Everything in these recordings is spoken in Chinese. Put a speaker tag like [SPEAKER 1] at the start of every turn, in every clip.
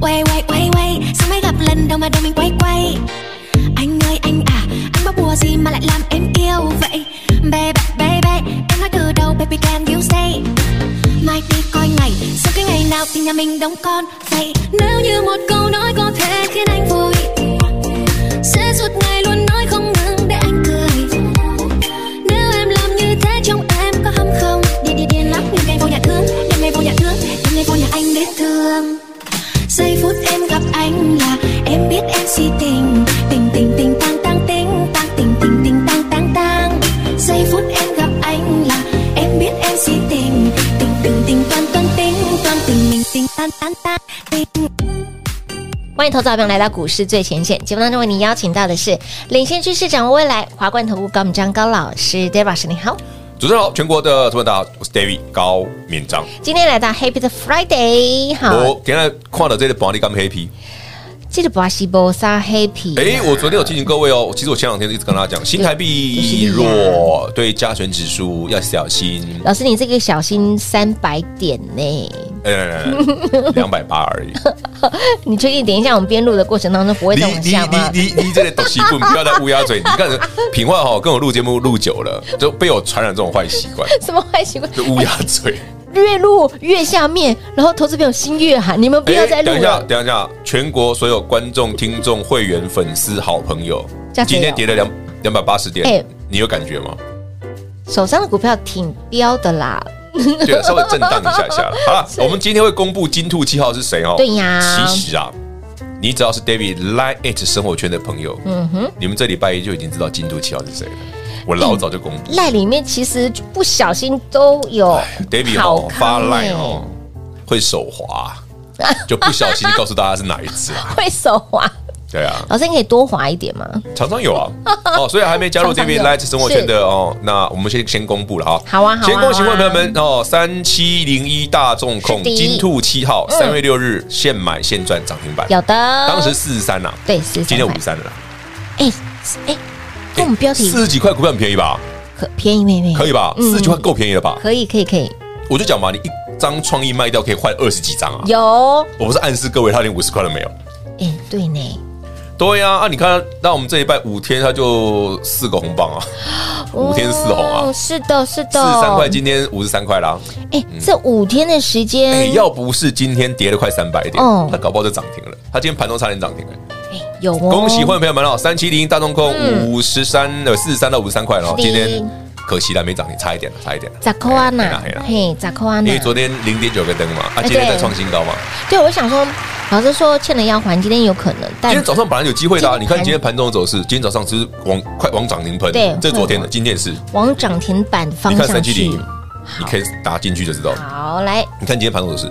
[SPEAKER 1] Quay quay quay quay Sao mới gặp lần đầu mà đầu mình quay quay Anh ơi anh à Anh bắt bùa gì mà lại làm em yêu vậy Baby baby Em nói từ đầu baby can you stay Mai đi coi ngày Sau cái ngày nào thì nhà mình đóng con Vậy nếu như một câu nói có thể khiến anh vui Sẽ suốt ngày luôn nói không ngừng để anh cười Nếu em làm như thế trong em có hâm không Đi đi điên lắm đêm nay vô nhà thương Đêm nay vô nhà thương Đêm nay vô nhà anh để thương giây phút em gặp anh là em biết em si tình tình tình tình tang tang tình tang tình tình tình tang tang tang giây phút em gặp anh là em biết em si tình tình tình tình toàn toàn tình toàn tình mình tình tan tan tan tình
[SPEAKER 2] 欢迎投资者朋友来到股市最前线节目当中，为您邀请到的是领先趋势、掌握未来华冠投顾高敏章高老师 d a v i d 老师，你好。
[SPEAKER 3] 主持人好，全国的这么大，我是 David 高敏章。
[SPEAKER 2] 今天来到 Happy 的 Friday，好，
[SPEAKER 3] 我今天看到这个保利干黑皮，
[SPEAKER 2] 记得不要西波沙 Happy。
[SPEAKER 3] 哎，我昨天有提醒各位哦，其实我前两天一直跟大家讲，新台币弱，对加权指数要小 心。
[SPEAKER 2] 老师，你这个小心三百点呢？
[SPEAKER 3] 呃，两百八而已，
[SPEAKER 2] 你确定等一下我们边录的过程当中不会
[SPEAKER 3] 你
[SPEAKER 2] 再往
[SPEAKER 3] 你
[SPEAKER 2] 下吗？
[SPEAKER 3] 你你你这个东西棍，不要再乌鸦嘴。你看品话哈，跟我录节目录久了，就被我传染这种坏习惯，
[SPEAKER 2] 什么坏习惯？
[SPEAKER 3] 就乌鸦嘴。
[SPEAKER 2] 越录越下面，然后投资朋友心越寒，你们不要再录
[SPEAKER 3] 哎等一下，
[SPEAKER 2] 了。
[SPEAKER 3] 等一下，全国所有观众、听众、会员、粉丝、好朋友，
[SPEAKER 2] 加油
[SPEAKER 3] 今天跌了两两百八十点，
[SPEAKER 2] 哎
[SPEAKER 3] 你有感觉吗？
[SPEAKER 2] 手上的股票挺标的啦，
[SPEAKER 3] 对，稍微震荡一下下 了。好了，我们今天会公布金兔七号是谁哦？
[SPEAKER 2] 对呀
[SPEAKER 3] 其实啊，你只要是 David Line It 生活圈的朋友，嗯哼，你们这礼拜一就已经知道金兔七号是谁了。我老早就公布
[SPEAKER 2] 赖里面其实不小心都有
[SPEAKER 3] ，David
[SPEAKER 2] 好
[SPEAKER 3] 哦发
[SPEAKER 2] 康
[SPEAKER 3] Line
[SPEAKER 2] 欸
[SPEAKER 3] 哦，会手滑，就不小心告诉大家是哪一只啊？
[SPEAKER 2] 会手滑。
[SPEAKER 3] 对啊，
[SPEAKER 2] 老师，你可以多滑一点吗？
[SPEAKER 3] 常常 有啊，哦，所以还没加入
[SPEAKER 2] 常常有
[SPEAKER 3] David Light 生活圈的哦，那我们先先公布了哈。
[SPEAKER 2] 好啊好啊
[SPEAKER 3] 先恭喜会朋友们哦，三七零一大众控
[SPEAKER 2] 是第一
[SPEAKER 3] 金兔七号，
[SPEAKER 2] 嗯
[SPEAKER 3] 三月六日现买现赚涨停板，
[SPEAKER 2] 有的，当
[SPEAKER 3] 当时四十三呐，
[SPEAKER 2] 对十
[SPEAKER 3] 今
[SPEAKER 2] 三
[SPEAKER 3] 天五
[SPEAKER 2] 块
[SPEAKER 3] 十，三了啦，
[SPEAKER 2] 哎哎，跟我们标题
[SPEAKER 3] 四十几块股票很便宜吧？
[SPEAKER 2] 可便宜妹妹，
[SPEAKER 3] 可以啊吧？
[SPEAKER 2] 嗯
[SPEAKER 3] 四十几块够便宜了吧？
[SPEAKER 2] 可以可以可以，
[SPEAKER 3] 我就讲嘛，你一张创意卖掉可以换二十几张啊，
[SPEAKER 2] 有
[SPEAKER 3] 我不是暗示各位他连五十块都没有。
[SPEAKER 2] 哎对呢，
[SPEAKER 3] 对呀，啊，你看，那我们这一拜五天，他就四个红棒啊，五天四红啊
[SPEAKER 2] 哦，是的是的，
[SPEAKER 3] 四十三块，今天五十三块啦。
[SPEAKER 2] 哎，这五天的时
[SPEAKER 3] 哎、
[SPEAKER 2] 间
[SPEAKER 3] 要不是今天跌了快三百点，
[SPEAKER 2] 哦
[SPEAKER 3] 它搞不好就涨停了。它今天盘中差点涨停了。
[SPEAKER 2] 哎有哦，嗯
[SPEAKER 3] 恭喜会员朋友们哦，三七零大众控五十三呃四十三到五十三块了哦，
[SPEAKER 2] 是的
[SPEAKER 3] 今天可惜了没涨停，差一点了，差一点了。
[SPEAKER 2] 咋扣啊
[SPEAKER 3] 嘿
[SPEAKER 2] 呐
[SPEAKER 3] 啦嘿啦？
[SPEAKER 2] 嘿，咋扣啊
[SPEAKER 3] 因
[SPEAKER 2] 呐
[SPEAKER 3] 为？昨天零点九个灯嘛，啊，
[SPEAKER 2] 哎
[SPEAKER 3] 今天
[SPEAKER 2] 对
[SPEAKER 3] 再创新高嘛。
[SPEAKER 2] 对，我想说，老师说欠了要还，今天有可能，
[SPEAKER 3] 今
[SPEAKER 2] 但
[SPEAKER 3] 天早上本来有机会的啊、
[SPEAKER 2] 今天
[SPEAKER 3] 你看
[SPEAKER 2] 盘
[SPEAKER 3] 今天盘中的走势，今天早上只是往快往涨停喷
[SPEAKER 2] 对，
[SPEAKER 3] 这是昨天的，
[SPEAKER 2] 会
[SPEAKER 3] 今天也是。
[SPEAKER 2] 往涨停板方
[SPEAKER 3] 你看
[SPEAKER 2] 向
[SPEAKER 3] 三七
[SPEAKER 2] 去
[SPEAKER 3] 零，。你可以打进去就知道。
[SPEAKER 2] 好，来，
[SPEAKER 3] 你看今天盘中走势，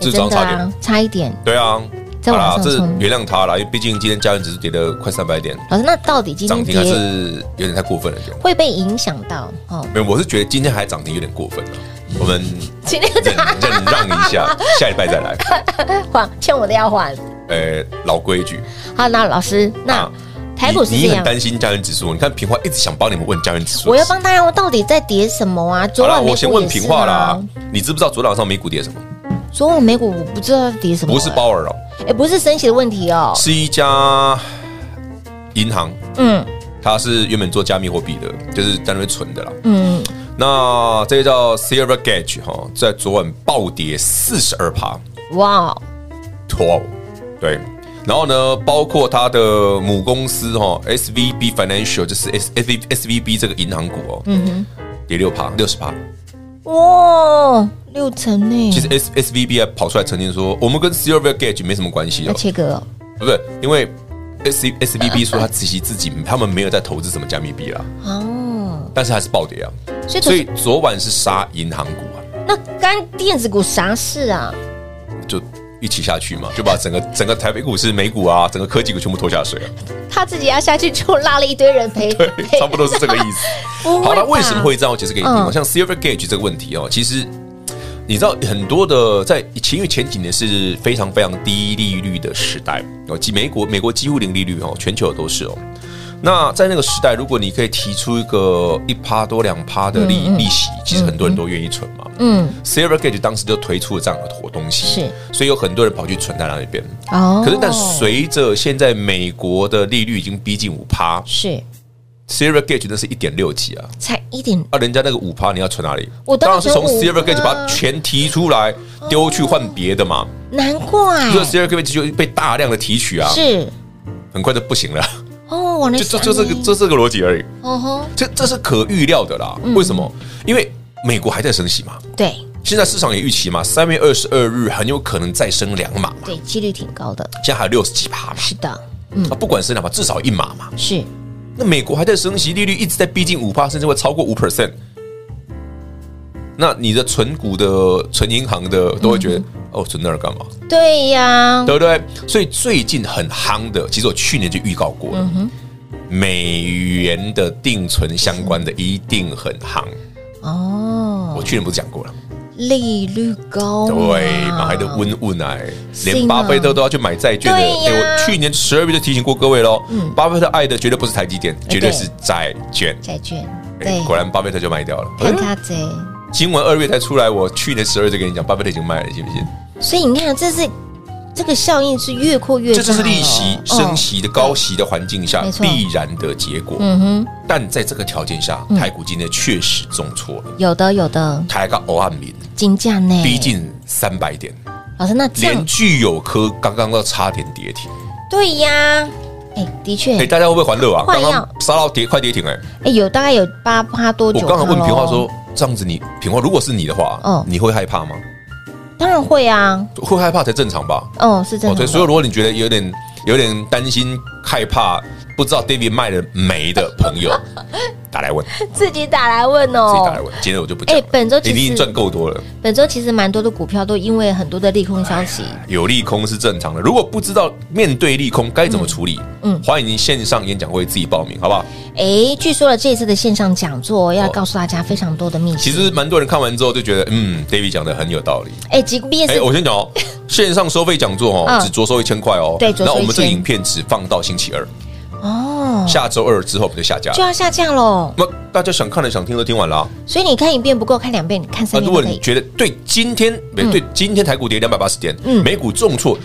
[SPEAKER 3] 这
[SPEAKER 2] 哎
[SPEAKER 3] 是早上差点。，
[SPEAKER 2] 差一点。
[SPEAKER 3] 对啊，
[SPEAKER 2] 再往上
[SPEAKER 3] 这
[SPEAKER 2] 冲
[SPEAKER 3] 原谅他啦，因为毕竟今天加元指数跌了快三百点，
[SPEAKER 2] 老师，那到底今
[SPEAKER 3] 涨
[SPEAKER 2] 天
[SPEAKER 3] 停还
[SPEAKER 2] 跌
[SPEAKER 3] 是有点太过分了，有点
[SPEAKER 2] 会被影响到？哦，
[SPEAKER 3] 没有，我是觉得今天还涨停有点过分了，啊我们
[SPEAKER 2] 今天
[SPEAKER 3] 忍忍让一下，下礼拜再来。
[SPEAKER 2] 还欠我的要还。
[SPEAKER 3] 呃，老规矩，
[SPEAKER 2] 好，那老师，那
[SPEAKER 3] 啊
[SPEAKER 2] 台股是
[SPEAKER 3] 你
[SPEAKER 2] 这
[SPEAKER 3] 你很
[SPEAKER 2] 样，
[SPEAKER 3] 担心加元指数，你看平花一直想帮你们问加元指数，
[SPEAKER 2] 我要。帮大家，我到底在跌什么啊？昨
[SPEAKER 3] 好了，
[SPEAKER 2] 晚美股
[SPEAKER 3] 我先问
[SPEAKER 2] 也是
[SPEAKER 3] 平话啦
[SPEAKER 2] 啊。，
[SPEAKER 3] 你知不知道昨天晚上美股跌什么？
[SPEAKER 2] 昨晚美股我不知道跌什么，啊
[SPEAKER 3] 不是鲍尔哦，
[SPEAKER 2] 哎，不是升息的问题哦。
[SPEAKER 3] 是一家银行，
[SPEAKER 2] 嗯
[SPEAKER 3] 它是原本做加密货币的，就是在那边存的啦。
[SPEAKER 2] 嗯，
[SPEAKER 3] 那这个叫 Silver Gauge 哈，在昨晚暴跌四十二趴
[SPEAKER 2] 哇哦，
[SPEAKER 3] ，twelve 对。然后呢，包括它的母公司哈，SVB Financial 就是 S S V S V B 这个银行股哦，嗯跌六趴，六十趴。
[SPEAKER 2] 哇，六成呢，
[SPEAKER 3] 其实 S S V B 还跑出来澄清说，我们跟 Silver Gauge 没什么关系
[SPEAKER 2] 要
[SPEAKER 3] 哦，
[SPEAKER 2] 切割哦
[SPEAKER 3] 不是因为 S S V B 说他自己自己他们没有在投资什么加密币啦，
[SPEAKER 2] 哦，
[SPEAKER 3] 但是还是暴跌啊，
[SPEAKER 2] 所以投
[SPEAKER 3] 所以
[SPEAKER 2] 资
[SPEAKER 3] 昨晚是杀银行股啊，
[SPEAKER 2] 那干电子股啥事啊？
[SPEAKER 3] 就一起下去嘛，就把整个整个台北股市、美股啊，整个科技股全部拖下水啊，
[SPEAKER 2] 他自己要下去就拉了一堆人陪
[SPEAKER 3] 对，
[SPEAKER 2] 陪
[SPEAKER 3] 差不多是这个意思。
[SPEAKER 2] 不会
[SPEAKER 3] 好，那
[SPEAKER 2] 吧
[SPEAKER 3] 为什么会这样？我解释给你听哦。
[SPEAKER 2] 嗯
[SPEAKER 3] 像 Silver Gauge 这个问题哦，其实你知道很多的在其因为前几年是非常非常低利率的时代哦，即美国美国几乎零利率哦，全球都是哦。那在那个时代，如果你可以提出一个一趴多两趴的利利息，其实很多人都愿意存嘛。
[SPEAKER 2] 嗯，
[SPEAKER 3] Silver Gauge 当时就推出了这样的活东西，
[SPEAKER 2] 是，
[SPEAKER 3] 所以有很多人跑去存在那里边。
[SPEAKER 2] 哦
[SPEAKER 3] 可是，但随着现在美国的利率已经逼近五趴
[SPEAKER 2] 是
[SPEAKER 3] ，Silver Gauge 那是一点六几啊，
[SPEAKER 2] 才一点
[SPEAKER 3] 啊，人家那个五趴你要存哪里？
[SPEAKER 2] 我当
[SPEAKER 3] 当
[SPEAKER 2] 然
[SPEAKER 3] 然是从
[SPEAKER 2] 存
[SPEAKER 3] Silver
[SPEAKER 2] 5%
[SPEAKER 3] Gauge 把它全提出来丢去换别的嘛，
[SPEAKER 2] 难怪，
[SPEAKER 3] 所以 Silver Gauge 就被大量的提取啊，
[SPEAKER 2] 哦是
[SPEAKER 3] 很快就不行了，
[SPEAKER 2] 哦，我能
[SPEAKER 3] 就就就这个就这个逻辑而已，
[SPEAKER 2] 哦吼，
[SPEAKER 3] 这这是可预料的
[SPEAKER 2] 嗯
[SPEAKER 3] 啦。为什么？因为美国还在升息嘛，
[SPEAKER 2] 对
[SPEAKER 3] 现在市场也预期嘛，三月二十二日很有可能再升两码嘛，
[SPEAKER 2] 对，几率挺高的，
[SPEAKER 3] 现在还有六十几趴嘛，
[SPEAKER 2] 是的，
[SPEAKER 3] 啊，不管升两码，至少一码嘛。
[SPEAKER 2] 是
[SPEAKER 3] 那美国还在升息，利率一直在逼近五帕，甚至会超过五 percent。那你的存股的、存银行的都会
[SPEAKER 2] 嗯
[SPEAKER 3] 觉得，哦，存那儿干嘛？
[SPEAKER 2] 对呀，
[SPEAKER 3] 对不对？所以最近很夯的，其实我去年就预告过
[SPEAKER 2] 嗯
[SPEAKER 3] 了，美元的定存相关的一定很夯。
[SPEAKER 2] 哦，
[SPEAKER 3] 我去年不是讲过了？
[SPEAKER 2] 利率高，
[SPEAKER 3] 对，买的，温温哎，连
[SPEAKER 2] 信啊
[SPEAKER 3] 巴菲特都要去买债券的。哎
[SPEAKER 2] 对呀嗯
[SPEAKER 3] 我去年十二月就提醒过各位喽，巴菲特爱的绝对不是台积电，绝对是债券。
[SPEAKER 2] 债券，
[SPEAKER 3] 哎
[SPEAKER 2] 哎对，
[SPEAKER 3] 果然巴菲特就卖掉了。
[SPEAKER 2] 看他贼，
[SPEAKER 3] 新闻二月才出来，我去年十二月就跟你讲，巴菲特已经卖了，你信不信？
[SPEAKER 2] 所以你看，这是这个效应是越扩越大
[SPEAKER 3] 这
[SPEAKER 2] 哦，
[SPEAKER 3] 就是利息升
[SPEAKER 2] 哦，
[SPEAKER 3] 息的高息的环境下
[SPEAKER 2] 嗯没错
[SPEAKER 3] 必然的结果。
[SPEAKER 2] 嗯哼，
[SPEAKER 3] 但在这个条件下，台股今天确实重挫了，
[SPEAKER 2] 有的有的，
[SPEAKER 3] 台个欧汉民
[SPEAKER 2] 金价呢，
[SPEAKER 3] 逼近三百点，
[SPEAKER 2] 老师那这
[SPEAKER 3] 连
[SPEAKER 2] 样，
[SPEAKER 3] 具有科刚刚都差点跌停。
[SPEAKER 2] 对呀，哎，的确，
[SPEAKER 3] 哎，大家会不会欢乐啊？
[SPEAKER 2] 换
[SPEAKER 3] 刚
[SPEAKER 2] 药
[SPEAKER 3] 刚杀到跌快跌停哎，
[SPEAKER 2] 哎，有大概有八趴多
[SPEAKER 3] 我
[SPEAKER 2] 久？
[SPEAKER 3] 刚才问平花说，这样子你平花，如果是你的话
[SPEAKER 2] 嗯，
[SPEAKER 3] 你会害怕吗？
[SPEAKER 2] 当然会啊，
[SPEAKER 3] 会害怕才正常吧？
[SPEAKER 2] 哦，是真
[SPEAKER 3] 哦，
[SPEAKER 2] 的。
[SPEAKER 3] 对，所以如果你觉得有点有点担心、害怕，不知道 David 卖了没的朋 友，打来问，自
[SPEAKER 2] 自
[SPEAKER 3] 己
[SPEAKER 2] 己打来问
[SPEAKER 3] 打来
[SPEAKER 2] 哦。
[SPEAKER 3] 问。今天我就不讲了。
[SPEAKER 2] 哎本周其
[SPEAKER 3] 你
[SPEAKER 2] 实
[SPEAKER 3] 已经赚够多了，
[SPEAKER 2] 本周其实蛮多的股票都因为很多的利空消息，
[SPEAKER 3] 有利空是正常的。如果不知道面对利空该怎么处理，
[SPEAKER 2] 嗯嗯
[SPEAKER 3] 欢迎线上演讲会自己报名，好不好？
[SPEAKER 2] 哎，据说了这一次的线上讲座要告诉大家非常多的秘
[SPEAKER 3] 哦其
[SPEAKER 2] 辛。
[SPEAKER 3] 实蛮多人看完之后就觉得，嗯，David 讲的很有道理。
[SPEAKER 2] 哎，即便
[SPEAKER 3] 哎，
[SPEAKER 2] 是
[SPEAKER 3] 我先 讲哦，线上收费讲座哦
[SPEAKER 2] 嗯，
[SPEAKER 3] 只着收一千块哦。
[SPEAKER 2] 对着收
[SPEAKER 3] 那我们这个
[SPEAKER 2] 1000
[SPEAKER 3] 影片只放到星期二，
[SPEAKER 2] 哦，
[SPEAKER 3] 下周二之后我们就下架
[SPEAKER 2] 就
[SPEAKER 3] 了。
[SPEAKER 2] 要下降喽。
[SPEAKER 3] 那大家想看的、想听的都听完了啊。
[SPEAKER 2] 所以你看一遍不够，看两遍，你看
[SPEAKER 3] 啊，
[SPEAKER 2] 三
[SPEAKER 3] 如
[SPEAKER 2] 遍
[SPEAKER 3] 果
[SPEAKER 2] 都可
[SPEAKER 3] 你
[SPEAKER 2] 以。
[SPEAKER 3] 觉得对今天，没对今天台股跌两百八十点，
[SPEAKER 2] 嗯
[SPEAKER 3] 美股重挫，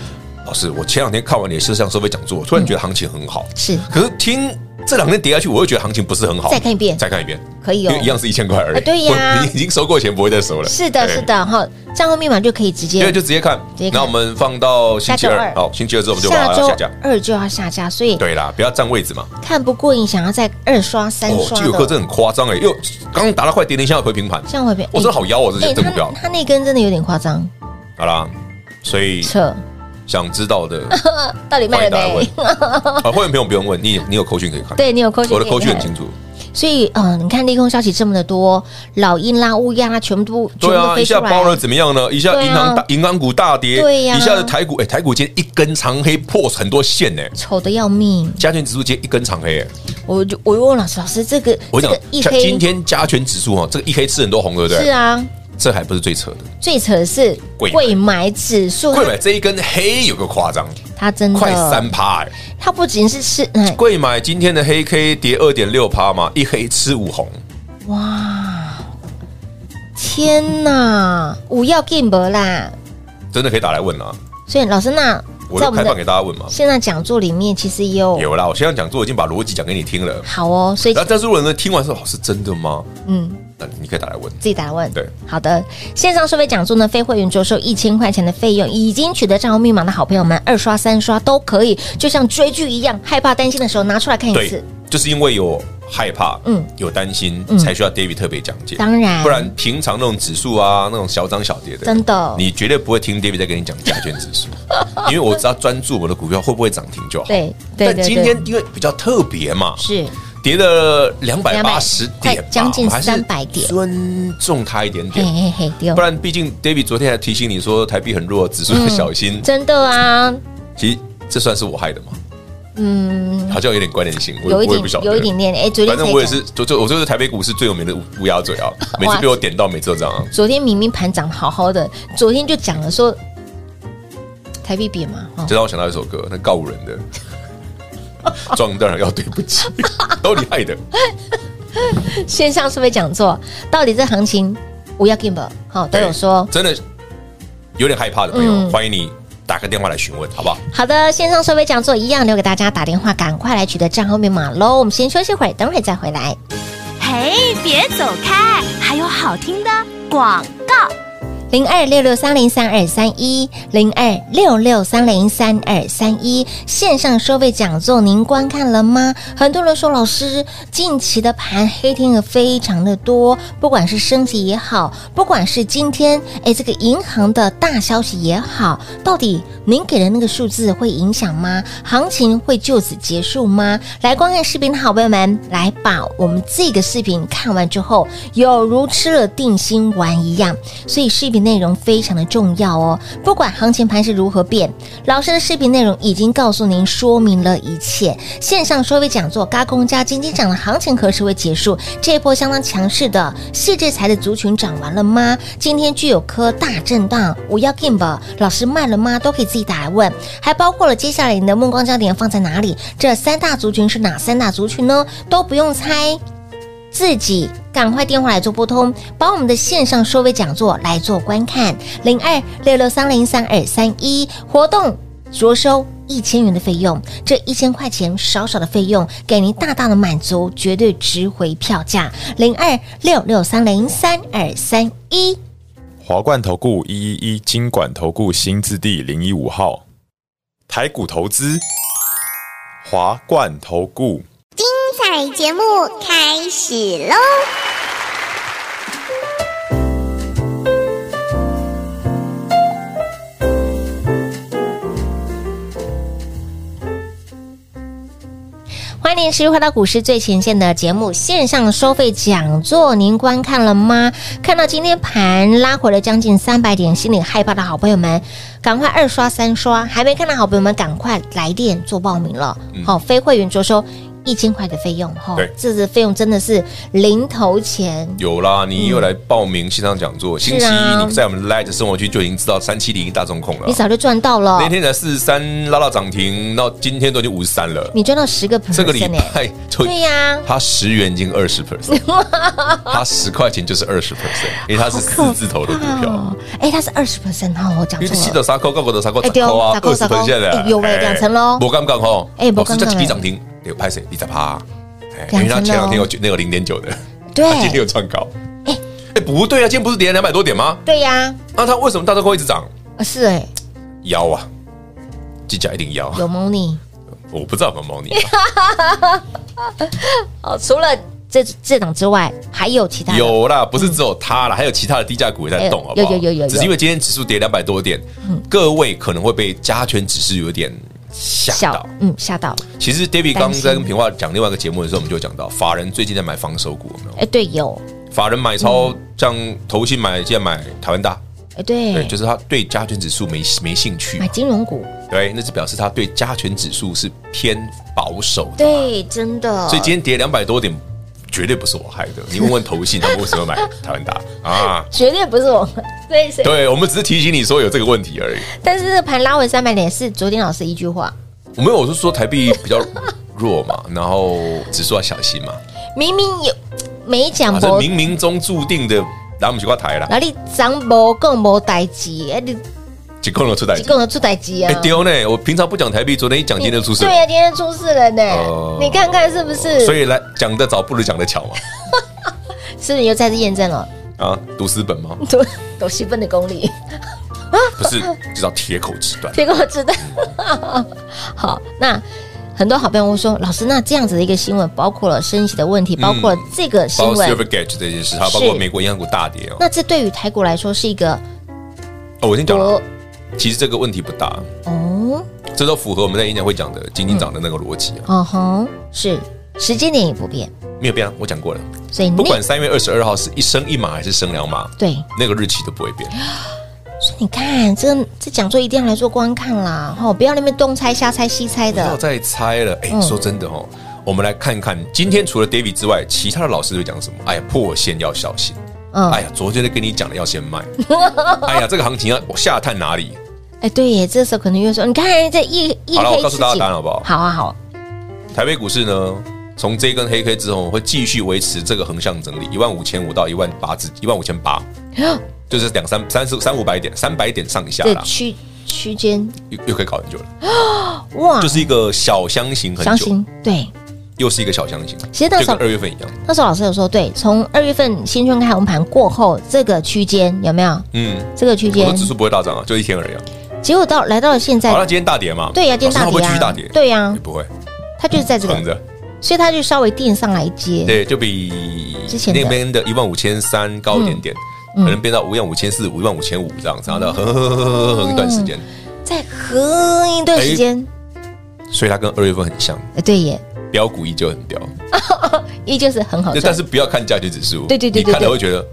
[SPEAKER 3] 老师，我前两天看完你的摄像收费讲座，我突然觉得行情很好，
[SPEAKER 2] 是
[SPEAKER 3] 可是听这两天跌下去，我又觉得行情不是很好。
[SPEAKER 2] 再看一遍
[SPEAKER 3] 再看一遍，
[SPEAKER 2] 可以
[SPEAKER 3] 因
[SPEAKER 2] 哦
[SPEAKER 3] 为一。样是一千块而
[SPEAKER 2] 啊
[SPEAKER 3] 已。
[SPEAKER 2] 对呀
[SPEAKER 3] 我你已经收过钱，不会再收了。
[SPEAKER 2] 是的，
[SPEAKER 3] 对
[SPEAKER 2] 是。的，哈，账号密码就可以直
[SPEAKER 3] 因
[SPEAKER 2] 接
[SPEAKER 3] 为就直接看
[SPEAKER 2] 直接，看
[SPEAKER 3] 那我们放到星期
[SPEAKER 2] 下周
[SPEAKER 3] 二
[SPEAKER 2] 二，
[SPEAKER 3] 好，星期二之后我们就把
[SPEAKER 2] 下
[SPEAKER 3] 它
[SPEAKER 2] 周
[SPEAKER 3] 下架。
[SPEAKER 2] 二就要下架，所以
[SPEAKER 3] 对啦，不要占位置嘛。
[SPEAKER 2] 看不过瘾，想要再二刷三
[SPEAKER 3] 哦，
[SPEAKER 2] 刷
[SPEAKER 3] 这有课
[SPEAKER 2] 的，
[SPEAKER 3] 真的很夸张哎，又刚刚打到快跌停，现在回平盘，
[SPEAKER 2] 这样会变。
[SPEAKER 3] 我真的好妖哦，这
[SPEAKER 2] 哎，
[SPEAKER 3] 些这股
[SPEAKER 2] 他
[SPEAKER 3] 票。
[SPEAKER 2] 他那根真的有点夸张，
[SPEAKER 3] 好啦，所以
[SPEAKER 2] 扯，
[SPEAKER 3] 想知道的
[SPEAKER 2] 到底卖
[SPEAKER 3] 欢迎
[SPEAKER 2] 了
[SPEAKER 3] 大家问
[SPEAKER 2] 没？。
[SPEAKER 3] 啊，会员朋友不用问，你你有扣讯可以 看。
[SPEAKER 2] 对你有扣
[SPEAKER 3] 我的扣讯很
[SPEAKER 2] 楚。
[SPEAKER 3] 清楚。
[SPEAKER 2] 所以，嗯、你看利空消息这么的多，老鹰啦、乌鸦啦，全部全部
[SPEAKER 3] 对
[SPEAKER 2] 都
[SPEAKER 3] 啊，
[SPEAKER 2] 飞
[SPEAKER 3] 一
[SPEAKER 2] 出
[SPEAKER 3] 下包了
[SPEAKER 2] 来。
[SPEAKER 3] 怎么样呢？一下
[SPEAKER 2] 对啊
[SPEAKER 3] 银行大银行股大跌，
[SPEAKER 2] 对呀
[SPEAKER 3] 一下子台股，哎，台股今天一根长黑破很多线呢。
[SPEAKER 2] 丑的要命，
[SPEAKER 3] 加权指数今天一根长黑，哎
[SPEAKER 2] 我就我就问老师，老师这个
[SPEAKER 3] 我
[SPEAKER 2] 这
[SPEAKER 3] 讲
[SPEAKER 2] 个一
[SPEAKER 3] 像今
[SPEAKER 2] 黑
[SPEAKER 3] 天加权指数哈，哦这个一黑吃很多红，对不对？
[SPEAKER 2] 是啊，
[SPEAKER 3] 这还不是最扯的，
[SPEAKER 2] 最扯的是
[SPEAKER 3] 贵买
[SPEAKER 2] 贵买指数，
[SPEAKER 3] 贵买这一根黑有个夸张，
[SPEAKER 2] 它真的
[SPEAKER 3] 快三，趴哎！
[SPEAKER 2] 它不仅是吃，哎
[SPEAKER 3] 贵买今天的黑 K 跌二点六趴嘛，一黑吃五红，
[SPEAKER 2] 哇，天哪，五要 game 啦！
[SPEAKER 3] 真的可以打来问啊！
[SPEAKER 2] 所以老师那
[SPEAKER 3] 我
[SPEAKER 2] 在我
[SPEAKER 3] 就
[SPEAKER 2] 们
[SPEAKER 3] 开放给
[SPEAKER 2] 的
[SPEAKER 3] 大家问嘛。
[SPEAKER 2] 现在讲座里面，其实也有
[SPEAKER 3] 有啦，我现在讲座已经把逻辑讲给你听了。
[SPEAKER 2] 好哦，所以
[SPEAKER 3] 然后，但是如果呢，听完说哦是真的吗？
[SPEAKER 2] 嗯。
[SPEAKER 3] 那你可以打来问。
[SPEAKER 2] 自己打问。
[SPEAKER 3] 对，
[SPEAKER 2] 好的，线上收费讲座呢，非会员着收一千块钱的费用，已经取得账号密码的好朋友们，二刷三刷都可以，就像追剧一样，害怕担心的时候拿出来看一
[SPEAKER 3] 对
[SPEAKER 2] 次。，
[SPEAKER 3] 就是因为有害怕，
[SPEAKER 2] 嗯
[SPEAKER 3] 嗯，有担心，
[SPEAKER 2] 嗯
[SPEAKER 3] 才需要 David 特别讲解。
[SPEAKER 2] 当然，
[SPEAKER 3] 不然平常那种指数啊，那种小涨小跌的，
[SPEAKER 2] 真的
[SPEAKER 3] 你绝对不会听 David 在跟你讲加权指 数，因为我只要专注我的股票会不会涨停就好。
[SPEAKER 2] 对对
[SPEAKER 3] 但
[SPEAKER 2] 对
[SPEAKER 3] 今
[SPEAKER 2] 对
[SPEAKER 3] 天因为比较特别嘛，
[SPEAKER 2] 是
[SPEAKER 3] 跌了两百八十
[SPEAKER 2] 快
[SPEAKER 3] 点吧，
[SPEAKER 2] 将近
[SPEAKER 3] 我还是
[SPEAKER 2] 300点
[SPEAKER 3] 尊重他一点
[SPEAKER 2] 嘿
[SPEAKER 3] 点，
[SPEAKER 2] 嘿嘿，丢
[SPEAKER 3] 不，然毕竟 David 昨天还提醒你说台币很弱，指
[SPEAKER 2] 嗯
[SPEAKER 3] 数要小心，
[SPEAKER 2] 真的啊，
[SPEAKER 3] 其实这算是我害的嘛，
[SPEAKER 2] 嗯，
[SPEAKER 3] 好像有点关联性，我
[SPEAKER 2] 有
[SPEAKER 3] 也
[SPEAKER 2] 一
[SPEAKER 3] 我
[SPEAKER 2] 点
[SPEAKER 3] 也不晓得，
[SPEAKER 2] 有一点点，哎，昨天
[SPEAKER 3] 反正
[SPEAKER 2] 才
[SPEAKER 3] 我也
[SPEAKER 2] 讲
[SPEAKER 3] 是，就就我就是台北股市最有名的乌乌鸦嘴啊，每次
[SPEAKER 2] 哇
[SPEAKER 3] 被我点到，每次都这样啊。
[SPEAKER 2] 昨天明明盘涨好好的，昨天就讲了说台币贬嘛，哦
[SPEAKER 3] 这让我想到一首歌，那告五人 的撞到人要对不起， 都你害的。
[SPEAKER 2] 线上是不是讲座？到底这行情我要 give 好都有说。
[SPEAKER 3] 真的有点害怕的朋友，
[SPEAKER 2] 嗯
[SPEAKER 3] 欢迎你打个电话来询问，好不好？
[SPEAKER 2] 好的，线上收费讲座一样留给大家打电话，赶快来取得账号密码喽！我们先休息会儿，等会儿再回来。
[SPEAKER 4] 嘿，别走开，还有好听的广告。
[SPEAKER 2] 零二六六三零三二三一，零二六六三零三二三一线上收费讲座，您观看了吗？很多人说，老师近期的盘黑天鹅非常的多，不管是升息也好，不管是今天哎这个银行的大消息也好，到底您给的那个数字会影响吗？行情会就此结束吗？来观看视频的好朋友们，来把我们这个视频看完之后，有如吃了定心丸一样。所以视频内容非常的重要哦。不管行情盘是如何变，老师的视频内容已经告诉您说明了一切。线上收费讲座，嘎空加金金涨的行情何时会结束？这一波相当强势的细制材的族群涨完了吗？今天具有科大震荡，我要 g a m 老师卖了吗？都可以自己打来问。还包括了接下来你的目光焦点放在哪里？这三大族群是哪三大族群呢？都不用猜。自己赶快电话来做拨通，把我们的线上收费讲座来做观看，零二六六三零三二三一活动着收。一千元的费用，这一千块钱少少的费用，给您大大的满足，绝对值回票价。零二六六三零三二三一，
[SPEAKER 5] 华冠投顾一一一金管投顾新字第零一五号，台股投资，华冠投顾。
[SPEAKER 6] 彩节目开始喽！
[SPEAKER 2] 欢迎持续回到股市最前线的节目线上收费讲座，您观看了吗？看到今天盘拉回了将近三百点，心里害怕的好朋友们，赶快二刷三刷，还没看到好朋友们，赶快来电做报名了。好、非会员着收一千块的费用，哈、
[SPEAKER 3] 嗯对
[SPEAKER 2] 这次费用真的是零头钱。
[SPEAKER 3] 有啦，你又来报名线上讲
[SPEAKER 2] 嗯
[SPEAKER 3] 座，星期一你在我们 Light 生活区就已经知道三七零大中控了
[SPEAKER 2] 啊你。早就赚到了
[SPEAKER 3] 啊那，天才四十三拉到涨停，到今天都已经五十三了。
[SPEAKER 2] 你赚到十个 percent
[SPEAKER 3] 这个礼拜就
[SPEAKER 2] 对呀、
[SPEAKER 3] 它十元已经二十 percent，它十块钱就是二十 percent，因为它是四字头的股票。
[SPEAKER 2] 哦，哎、它是二十 percent 哈，我讲
[SPEAKER 3] 因为西
[SPEAKER 2] 错
[SPEAKER 3] 的
[SPEAKER 2] 了，
[SPEAKER 3] 沙扣、高股的沙扣、
[SPEAKER 2] 哎
[SPEAKER 3] 十
[SPEAKER 2] 对
[SPEAKER 3] 扣
[SPEAKER 2] 哦
[SPEAKER 3] 啊，二十
[SPEAKER 2] 十扣
[SPEAKER 3] 分现的
[SPEAKER 2] 哎有哎两层喽
[SPEAKER 3] 我刚刚吼，
[SPEAKER 2] 哎没
[SPEAKER 3] 老
[SPEAKER 2] 杠
[SPEAKER 3] 师
[SPEAKER 2] 杠
[SPEAKER 3] 这
[SPEAKER 2] 哎
[SPEAKER 3] 几涨停，有拍谁？你在趴？哎因
[SPEAKER 2] 两层
[SPEAKER 3] 为它前两天
[SPEAKER 2] 喽
[SPEAKER 3] 有九那个零点九的，
[SPEAKER 2] 对
[SPEAKER 3] 它今天有创高。哎，不对啊，今天不是跌了两百多点吗？
[SPEAKER 2] 对呀、
[SPEAKER 3] 那它为什么大周扣一直涨？
[SPEAKER 2] 啊，是哎、
[SPEAKER 3] 腰啊，记甲一定腰。啊
[SPEAKER 2] 有 money。
[SPEAKER 3] 我不知道有没有猫腻啊，
[SPEAKER 2] 哦，除了这这档之外，还有其他的
[SPEAKER 3] 有啦，不是只有它啦，还有其他的低价股也在动，
[SPEAKER 2] 哎
[SPEAKER 3] 好不好？
[SPEAKER 2] 有有有有有嗯
[SPEAKER 3] 只是因为今天指数跌两百多点，各位可能会被加权指数有点吓到。
[SPEAKER 2] 嗯吓到，
[SPEAKER 3] 其实 David 刚
[SPEAKER 2] 担
[SPEAKER 3] 刚
[SPEAKER 2] 心
[SPEAKER 3] 在跟平话讲另外一个节目的时候，我们就有讲到，法人最近在买防守股，有没有？
[SPEAKER 2] 哎对有，
[SPEAKER 3] 法人买超，像投信买，现在买台湾大，
[SPEAKER 2] 哎对，
[SPEAKER 3] 对，就是他对加权指数没没兴趣
[SPEAKER 2] 买，金融股，
[SPEAKER 3] 对，那是表示他对加权指数是偏保守的。
[SPEAKER 2] 对，真的，
[SPEAKER 3] 所以今天跌两百多点，绝对不是我害的。你问问投信，他们为什么买台湾大 啊？
[SPEAKER 2] 绝对不是我，对，所以
[SPEAKER 3] 对，我们只是提醒你说有这个问题而已。
[SPEAKER 2] 但是这个盘拉回三百点是昨天老师一句话，
[SPEAKER 3] 我没有，我是说台币比较弱嘛，然后指数要小心嘛，
[SPEAKER 2] 明明有没讲
[SPEAKER 3] 啊，
[SPEAKER 2] 不
[SPEAKER 3] 这，冥冥中注定的，然后我们就挂台了，
[SPEAKER 2] 哪里涨不更没代志，哎你
[SPEAKER 3] 结果了出台
[SPEAKER 2] 你。跟我出代志
[SPEAKER 3] 哎
[SPEAKER 2] 啊。
[SPEAKER 3] 丢呢！我平常不讲台币，昨天一讲，
[SPEAKER 2] 你
[SPEAKER 3] 今天就出事
[SPEAKER 2] 对
[SPEAKER 3] 了。
[SPEAKER 2] 呀、今天出事了呢，
[SPEAKER 3] 哦
[SPEAKER 2] 你看看是不是？
[SPEAKER 3] 所以来讲得早不如讲得巧嘛，
[SPEAKER 2] 是不是你又再次验证了
[SPEAKER 3] 啊，读私本吗？
[SPEAKER 2] 都都西分的功力？
[SPEAKER 3] 不是，就叫铁口直断。
[SPEAKER 2] 结果知道。 好，那很多好朋友会说，老师，那这样子的一个新闻，包括了升息的问题，包括了这个新
[SPEAKER 3] 嗯包括
[SPEAKER 2] 闻，
[SPEAKER 3] Silvergate 这件事，还有包括美国银行股大跌哦。
[SPEAKER 2] 那这对于台股来说是一个
[SPEAKER 3] 哦，我先讲了
[SPEAKER 2] 多，
[SPEAKER 3] 其实这个问题不大，
[SPEAKER 2] 哦，
[SPEAKER 3] 这都符合我们在演讲会讲的金金涨的那个逻辑啊。
[SPEAKER 2] 哦吼，是时间点也不变，
[SPEAKER 3] 没有变啊，我讲过了，
[SPEAKER 2] 所以那
[SPEAKER 3] 不管三月二十二号是一升一码还是升两码，
[SPEAKER 2] 对，
[SPEAKER 3] 那个日期都不会变。
[SPEAKER 2] 所以你看这这讲座一定要来做观看啦，吼、不要那边东猜瞎猜西猜
[SPEAKER 3] 不要
[SPEAKER 2] 的，
[SPEAKER 3] 再猜了。哎、
[SPEAKER 2] 嗯
[SPEAKER 3] 说真的哦，我们来看看今天除了 David 之外，其他的老师都讲什么？哎呀，破线要小心。
[SPEAKER 2] 嗯，
[SPEAKER 3] 哎呀，昨天在跟你讲的要先卖。 哎呀，这个行情要下探哪里？
[SPEAKER 2] 哎，对耶，这时候可能又说，嗯你看这一一
[SPEAKER 3] 好了，我
[SPEAKER 2] 黑
[SPEAKER 3] 告
[SPEAKER 2] 事
[SPEAKER 3] 诉大家
[SPEAKER 2] 情
[SPEAKER 3] 答，案好不好？
[SPEAKER 2] 好啊好，
[SPEAKER 3] 台北股市呢，从这一根黑 K 之后，会继续维持这个横向整理，一万五千五到一万八之一万五 千八，就是两三三四三五百点，三百点上下
[SPEAKER 2] 这
[SPEAKER 3] 啦，
[SPEAKER 2] 区区间
[SPEAKER 3] 又又可以搞很久了，
[SPEAKER 2] 哇，
[SPEAKER 3] 就是一个小箱型很
[SPEAKER 2] 伤
[SPEAKER 3] 久，
[SPEAKER 2] 心对。
[SPEAKER 3] 又是一个小箱型，
[SPEAKER 2] 其实那
[SPEAKER 3] 就
[SPEAKER 2] 时候
[SPEAKER 3] 跟二月份一样，
[SPEAKER 2] 那时候老师有说，对，从二月份新春开红盘过后，这个区间有没有？
[SPEAKER 3] 嗯。
[SPEAKER 2] 这个区
[SPEAKER 3] 我
[SPEAKER 2] 间
[SPEAKER 3] 说，指数不会大涨啊，就一天而已啊。
[SPEAKER 2] 结果到来到了现
[SPEAKER 3] 好了，
[SPEAKER 2] 在，
[SPEAKER 3] 今天大跌嘛？
[SPEAKER 2] 对呀、今天
[SPEAKER 3] 老师
[SPEAKER 2] 大跌
[SPEAKER 3] 它会继
[SPEAKER 2] 啊，
[SPEAKER 3] 续大跌？
[SPEAKER 2] 对呀、
[SPEAKER 3] 也不会，
[SPEAKER 2] 它就是在这
[SPEAKER 3] 横
[SPEAKER 2] 个，
[SPEAKER 3] 着。
[SPEAKER 2] 所以它就稍微垫上来接，
[SPEAKER 3] 对，就比
[SPEAKER 2] 之前的
[SPEAKER 3] 那边的一万五千三高一点点，可能变到一万五千四、一万五千五这样子，然后横横横横横横一段时间，
[SPEAKER 2] 再横一段时间，
[SPEAKER 3] 所以它跟二月份很像，
[SPEAKER 2] 哎对耶，
[SPEAKER 3] 标股依旧很标，
[SPEAKER 2] 依旧是很好
[SPEAKER 3] 但
[SPEAKER 2] 赚，
[SPEAKER 3] 是不要看加权指数，
[SPEAKER 2] 对对对对
[SPEAKER 3] 你看
[SPEAKER 2] 对
[SPEAKER 3] 了会觉得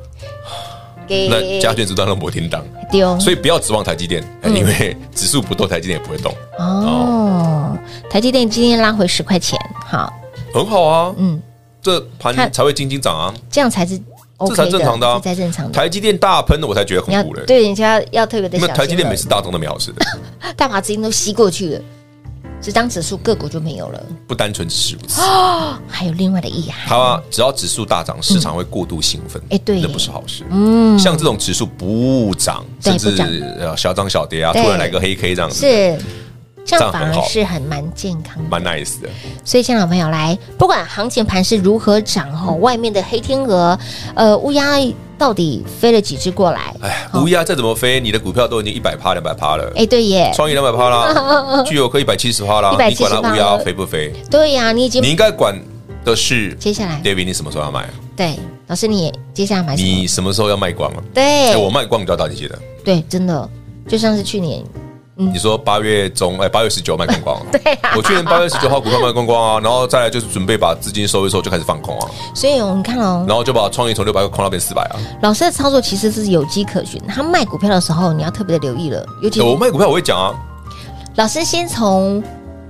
[SPEAKER 2] 给
[SPEAKER 3] 那加权指数当然摩天档，
[SPEAKER 2] 丢，
[SPEAKER 3] 所以不要指望台积电，因为指数不动，台积电也不会动，
[SPEAKER 2] 哦，台积电今天拉回十块钱，好，
[SPEAKER 3] 很好啊，
[SPEAKER 2] 嗯，
[SPEAKER 3] 这
[SPEAKER 2] 看
[SPEAKER 3] 盘才会轻轻涨啊，
[SPEAKER 2] 这样才是 OK
[SPEAKER 3] 这才正常的啊
[SPEAKER 2] 这才正常的。
[SPEAKER 3] 台积电大喷了我才觉得
[SPEAKER 2] 你要
[SPEAKER 3] 恐怖嘞，
[SPEAKER 2] 对人家要特别的小
[SPEAKER 3] 那
[SPEAKER 2] 心了。
[SPEAKER 3] 么
[SPEAKER 2] 啊
[SPEAKER 3] 台积电每次大涨都没好 事的，
[SPEAKER 2] 大把资金都吸过去了，只当指数个股就没有了，
[SPEAKER 3] 不单纯只是如此。
[SPEAKER 2] 还有另外的意涵。
[SPEAKER 3] 它啊只要指数大涨，市场会过度兴奋，
[SPEAKER 2] 哎对耶
[SPEAKER 3] 那不是好事。
[SPEAKER 2] 嗯，
[SPEAKER 3] 像这种指数不涨，
[SPEAKER 2] 对不
[SPEAKER 3] 甚至
[SPEAKER 2] 涨
[SPEAKER 3] 呃小涨小跌啊，突
[SPEAKER 2] 对
[SPEAKER 3] 然来个黑 K 这样子，
[SPEAKER 2] 是。这样
[SPEAKER 3] 这样
[SPEAKER 2] 反
[SPEAKER 3] 很
[SPEAKER 2] 而
[SPEAKER 3] 好
[SPEAKER 2] 是很蛮健康的，
[SPEAKER 3] 蛮 nice 的。
[SPEAKER 2] 所以，像老朋友来，不管行情盘是如何涨吼，
[SPEAKER 3] 嗯
[SPEAKER 2] 外面的黑天鹅，呃，乌鸦到底飞了几只过来？
[SPEAKER 3] 哎，
[SPEAKER 2] 好
[SPEAKER 3] 乌鸦再怎么飞，你的股票都已经一百趴、两百趴了，
[SPEAKER 2] 哎，对耶，
[SPEAKER 3] 创意两百趴 啦，具有可一百七十趴啦，
[SPEAKER 2] 170
[SPEAKER 3] 你管它
[SPEAKER 2] 趴
[SPEAKER 3] 乌鸦飞不飞？
[SPEAKER 2] 对呀，你已
[SPEAKER 3] 你
[SPEAKER 2] 经
[SPEAKER 3] 应该管的是
[SPEAKER 2] 接下来
[SPEAKER 3] ，David，你什么时候要卖？
[SPEAKER 2] 对老师，你也接下来买什么？
[SPEAKER 3] 你什么时候要卖光了？
[SPEAKER 2] 对
[SPEAKER 3] 哎，我卖光，你就要打你记得。
[SPEAKER 2] 对，真的就像是去年，
[SPEAKER 3] 你说八月中，哎，八月十九卖光光啊？
[SPEAKER 2] 嗯 对啊
[SPEAKER 3] 我去年八月十九号股票卖光光啊，然后再来就是准备把资金收一收，就开始放空啊，
[SPEAKER 2] 所以我们看哦，
[SPEAKER 3] 然后就把创意从六百块空到变四百啊。
[SPEAKER 2] 老师的操作其实是有迹可循。他卖股票的时候，你要特别的留意了，尤其
[SPEAKER 3] 哎我卖股票我会讲啊，
[SPEAKER 2] 老师先从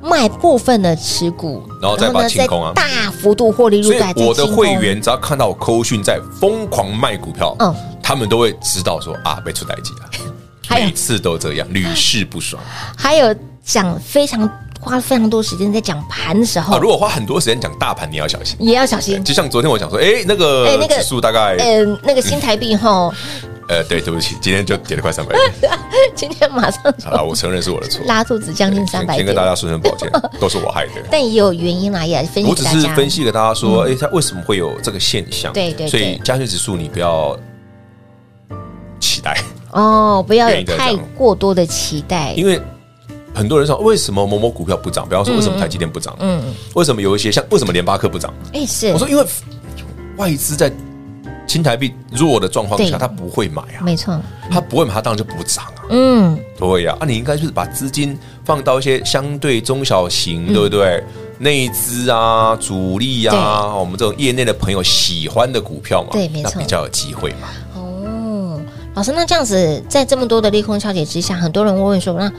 [SPEAKER 2] 卖部分的持股，
[SPEAKER 3] 然后再把清空啊
[SPEAKER 2] 再大幅度获利入
[SPEAKER 3] 所以
[SPEAKER 2] 袋。
[SPEAKER 3] 我
[SPEAKER 2] 再
[SPEAKER 3] 的
[SPEAKER 2] 清空
[SPEAKER 3] 会，员只要看到我扣讯在疯狂卖股票，
[SPEAKER 2] 嗯
[SPEAKER 3] 他们都会知道说啊被出代机 了，
[SPEAKER 2] 还有
[SPEAKER 3] 每次都这样，屡试不爽
[SPEAKER 2] 还有讲非常花非常多时间在讲盘的时候，
[SPEAKER 3] 啊。如果花很多时间讲大盘，你要小心。
[SPEAKER 2] 也要小心。
[SPEAKER 3] 就像昨天我讲说，哎、那
[SPEAKER 2] 哎
[SPEAKER 3] 个
[SPEAKER 2] 那个
[SPEAKER 3] 指数大概，
[SPEAKER 2] 嗯、那个新台币吼，
[SPEAKER 3] 呃，对，对不起，今天就跌了快三百点。
[SPEAKER 2] 今天马上
[SPEAKER 3] 好啊啦，我承认是我的错，
[SPEAKER 2] 拉肚子将近三
[SPEAKER 3] 先
[SPEAKER 2] 百点
[SPEAKER 3] 先哎跟，大家说声抱 歉，都是我害的。
[SPEAKER 2] 但也有原因啦，也分析
[SPEAKER 3] 我
[SPEAKER 2] 给
[SPEAKER 3] 只
[SPEAKER 2] 大
[SPEAKER 3] 是
[SPEAKER 2] 家。
[SPEAKER 3] 分析给大家说，哎、它为什么会有这个现
[SPEAKER 2] 嗯
[SPEAKER 3] 象？
[SPEAKER 2] 对对对
[SPEAKER 3] 所以加权指数你不要期待，
[SPEAKER 2] 哦，不要
[SPEAKER 3] 原
[SPEAKER 2] 有
[SPEAKER 3] 因在
[SPEAKER 2] 太
[SPEAKER 3] 这样
[SPEAKER 2] 过多的期待，
[SPEAKER 3] 因为很多人说为什么某某股票不涨，比方说为什么台积电不涨，嗯，为什么有一些像为什么联发科不涨？
[SPEAKER 2] 哎、是
[SPEAKER 3] 我，说因为外资在新台币弱的状况
[SPEAKER 2] 对
[SPEAKER 3] 下，他不会买啊，
[SPEAKER 2] 没错，
[SPEAKER 3] 他不会买，他当然就不涨啊。
[SPEAKER 2] 嗯，
[SPEAKER 3] 对呀、啊，你应该就是把资金放到一些相对中小型，
[SPEAKER 2] 嗯
[SPEAKER 3] 对不对？内资啊、主力啊，我们这种业内的朋友喜欢的股票嘛，
[SPEAKER 2] 对没错
[SPEAKER 3] 那比较有机会嘛。
[SPEAKER 2] 哦，老师，那这样子，在这么多的利空消解之下，很多人会问说，那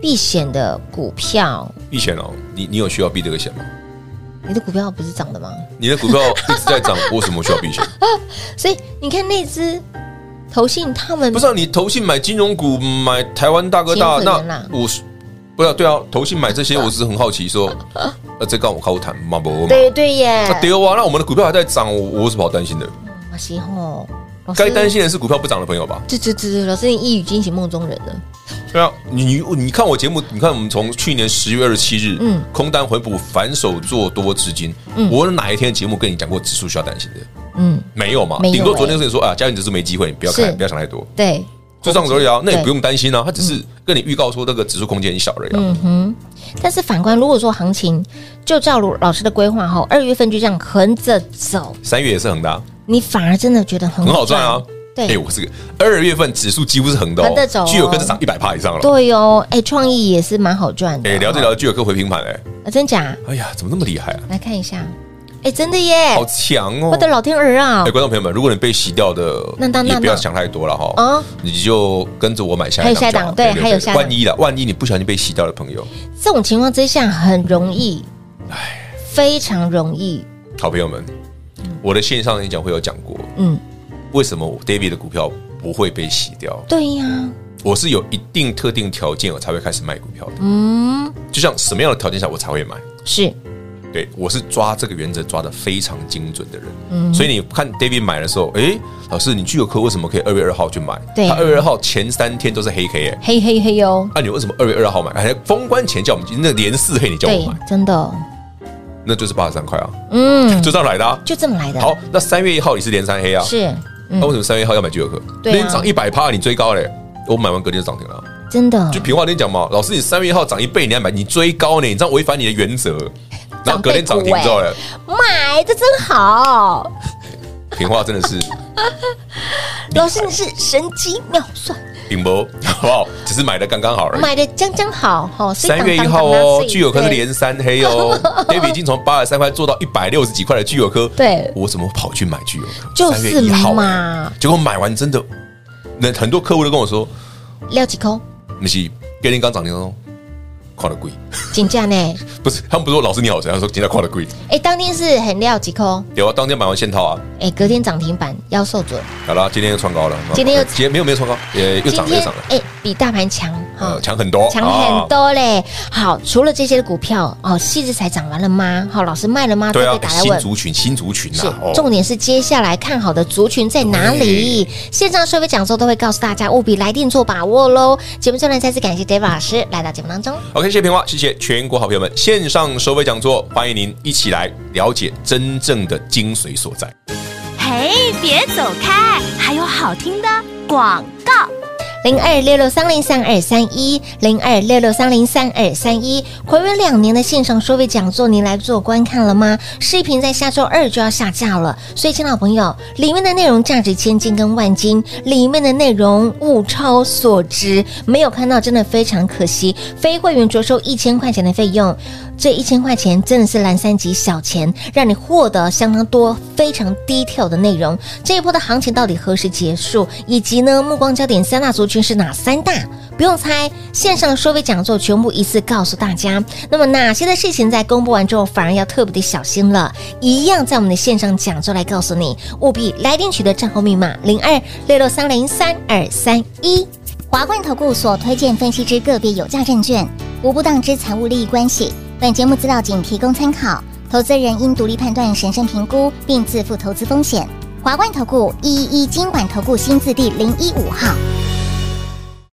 [SPEAKER 2] 避险的股票，
[SPEAKER 3] 避险哦，你你有需要避这个险吗？
[SPEAKER 2] 你的股票不是涨的吗？
[SPEAKER 3] 你的股 票一直在涨，为什么需要避险？
[SPEAKER 2] 所以你看那只投信，他们
[SPEAKER 3] 不是、啊、你投信买金融股，买台湾大哥大，
[SPEAKER 2] 金粉人啊啦
[SPEAKER 3] 那我是不要对啊，投信买 这些，我只是很好奇说，呃，这刚我靠谈嘛不嘛？
[SPEAKER 2] 对对耶，
[SPEAKER 3] 啊丢啊，那我们的股票还在涨，我我有什么好担心的？
[SPEAKER 2] 马西吼，老师
[SPEAKER 3] 该担，心的是股票不涨的朋友吧？
[SPEAKER 2] 这这这，老师你一语惊醒梦中人了，
[SPEAKER 3] 对啊，你你你看我节目，你看我们从去年十月二十七日，
[SPEAKER 2] 嗯
[SPEAKER 3] 嗯，空单回补，反手做多至今，我哪一天的节目跟你讲过指数需要担心的？
[SPEAKER 2] 嗯，
[SPEAKER 3] 没有嘛？
[SPEAKER 2] 没有
[SPEAKER 3] 顶多
[SPEAKER 2] 欸
[SPEAKER 3] 昨天跟你说啊，嘉运指数没机会，你不要
[SPEAKER 2] 是
[SPEAKER 3] 看，不要想太多，
[SPEAKER 2] 对，
[SPEAKER 3] 就这样子而已啊。那
[SPEAKER 2] 对
[SPEAKER 3] 也不用担心啊，他只是跟你预告说这个指数空间很小而已啊。
[SPEAKER 2] 嗯哼。但是反观，如果说行情就照如老师的规划吼，二月份就这样横着走，
[SPEAKER 3] 三月也是恒大，啊
[SPEAKER 2] 你反而真的觉得很
[SPEAKER 3] 很好赚啊，
[SPEAKER 2] 对
[SPEAKER 3] 哎，我这个二月份指数几乎是横的哦，
[SPEAKER 2] 横着走哦
[SPEAKER 3] 巨有科是涨一百趴以上了。
[SPEAKER 2] 对哦，哎，创意也是蛮好赚的哦。
[SPEAKER 3] 哎，聊着聊着巨有科回平盘哎，
[SPEAKER 2] 啊真假？
[SPEAKER 3] 哎呀，怎么那么厉害啊？
[SPEAKER 2] 来看一下，哎，真的耶！
[SPEAKER 3] 好强哦！
[SPEAKER 2] 我的老天儿啊
[SPEAKER 3] 哎，！观众朋友们，如果你被洗掉的，
[SPEAKER 2] 那那那
[SPEAKER 3] 也不要想太多了哈
[SPEAKER 2] 嗯，
[SPEAKER 3] 你就跟着我买下
[SPEAKER 2] 还
[SPEAKER 3] 一
[SPEAKER 2] 有下一
[SPEAKER 3] 档就
[SPEAKER 2] 档
[SPEAKER 3] 好，
[SPEAKER 2] 对还有下一档
[SPEAKER 3] 万一了，万一你不小心被洗掉的朋友，
[SPEAKER 2] 这种情况之下很容易，非常容易。
[SPEAKER 3] 好朋友们，我的线上演讲会有讲过，
[SPEAKER 2] 嗯，
[SPEAKER 3] 为什么我 David 的股票不会被洗掉？
[SPEAKER 2] 对呀，
[SPEAKER 3] 我是有一定特定条件，我才会开始卖股票的。
[SPEAKER 2] 嗯，
[SPEAKER 3] 就像什么样的条件下我才会买？
[SPEAKER 2] 是
[SPEAKER 3] 对我是抓这个原则抓的非常精准的人。嗯，所以你看 David 买的时候，诶，老师，你具有科为什么可以二月二号去买？
[SPEAKER 2] 对
[SPEAKER 3] 他二月二号前三天都是黑 K 哎、
[SPEAKER 2] 嘿嘿嘿哟，
[SPEAKER 3] 那、你为什么二月二号买？还封关前叫我们那连四黑你叫
[SPEAKER 2] 对
[SPEAKER 3] 我买，，
[SPEAKER 2] 真的，
[SPEAKER 3] 那就是八十三块啊，
[SPEAKER 2] 嗯，
[SPEAKER 3] 就这样来的、啊。
[SPEAKER 2] 就这么来的。
[SPEAKER 3] 好，那三月一号你是连三黑啊？
[SPEAKER 2] 是，
[SPEAKER 3] 那为
[SPEAKER 2] 嗯，
[SPEAKER 3] 什么三月一号要买聚合科？
[SPEAKER 2] 对啊嗯
[SPEAKER 3] 连涨一百趴，你追高嘞。我买完隔天就涨停了啊，
[SPEAKER 2] 真的
[SPEAKER 3] 就平话跟你讲嘛，老师，你三月一号涨一倍，你还买，你追高呢，你这样违反你的原则。然后隔天涨停
[SPEAKER 2] 哎
[SPEAKER 3] 之后嘞，
[SPEAKER 2] 买的真好。
[SPEAKER 3] 平话真的是
[SPEAKER 2] 老师，你是神机妙算，
[SPEAKER 3] 平波，好不好？只是买的刚刚好而已。
[SPEAKER 2] 买的将将好哈。所以
[SPEAKER 3] 哎三月一
[SPEAKER 2] 当当
[SPEAKER 3] 号
[SPEAKER 2] 当当
[SPEAKER 3] 哦
[SPEAKER 2] 所，以
[SPEAKER 3] 聚友科是
[SPEAKER 2] 对
[SPEAKER 3] 连三黑 哦，David 已经从八十三块做到一百六十几块的聚友科，
[SPEAKER 2] 对
[SPEAKER 3] 我怎么跑去买聚友科？
[SPEAKER 2] 就
[SPEAKER 3] 3
[SPEAKER 2] 是
[SPEAKER 3] 月1号
[SPEAKER 2] 嘛
[SPEAKER 3] 哎结果买完真的，那很多客户都跟我说，
[SPEAKER 2] 撩几口，
[SPEAKER 3] 不是跟天刚涨停哦，跨的贵，
[SPEAKER 2] 紧价呢？
[SPEAKER 3] 不是他们不是说老师你好神，他说今天跨的贵，
[SPEAKER 2] 哎，当天是很撩几口，
[SPEAKER 3] 有啊，当天买完现套啊，
[SPEAKER 2] 哎，隔天涨停板要受准，
[SPEAKER 3] 好啦，今天又创高了，
[SPEAKER 2] 今天又
[SPEAKER 3] 今天没有没有创高，也又
[SPEAKER 2] 今
[SPEAKER 3] 涨了又
[SPEAKER 2] 天
[SPEAKER 3] 涨了，
[SPEAKER 2] 哎比大盘强哈
[SPEAKER 3] 呃，。强很多，
[SPEAKER 2] 强
[SPEAKER 3] 啊
[SPEAKER 2] 很多嘞。好，除了这些股票哦，细致才涨完了吗？好，老师卖了吗？
[SPEAKER 3] 对啊
[SPEAKER 2] 再，打来
[SPEAKER 3] 新
[SPEAKER 2] 问。
[SPEAKER 3] 族群新族群
[SPEAKER 2] 是
[SPEAKER 3] 啊，哦，
[SPEAKER 2] 重点是接下来看好的族群在哪里？
[SPEAKER 3] 哎
[SPEAKER 2] 线上收费讲座都会告诉大家，务必来电做把握喽。节目最后呢，再次感谢 David 老师来到节目当中。
[SPEAKER 3] OK，谢谢平花，谢谢全国好朋友们线上收费讲座，欢迎您一起来了解真正的精髓所在。
[SPEAKER 4] 嘿，别走开，还有好听的广告。
[SPEAKER 2] 零二六六三零三二三一，零二六六三零三二三一，暌违两年的线上收费讲座，您来做观看了吗？视频在下周二就要下架了，所以，亲老朋友，里面的内容价值千金跟万金，里面的内容物超所值，没有看到真的非常可惜。非会员着收一千块钱的费用，这一千块钱真的是蓝三级小钱，让你获得相当多非常低调的内容。这一波的行情到底何时结束？以及呢，目光焦点三大族群是哪三大？不用猜，线上收费讲座全部一次告诉大家。那么哪些的事情在公布完之后，反而要特别的小心了？一样在我们的线上讲座来告诉你，务必来电取得账号密码零二六六三零三二三一。
[SPEAKER 6] 华冠投顾所推荐分析之个别有价证券，无不当之财务利益关系。本节目资料仅提供参考，投资人应独立判断、审慎评估，并自负投资风险。华冠投顾一一一金管投顾新字第零一五号。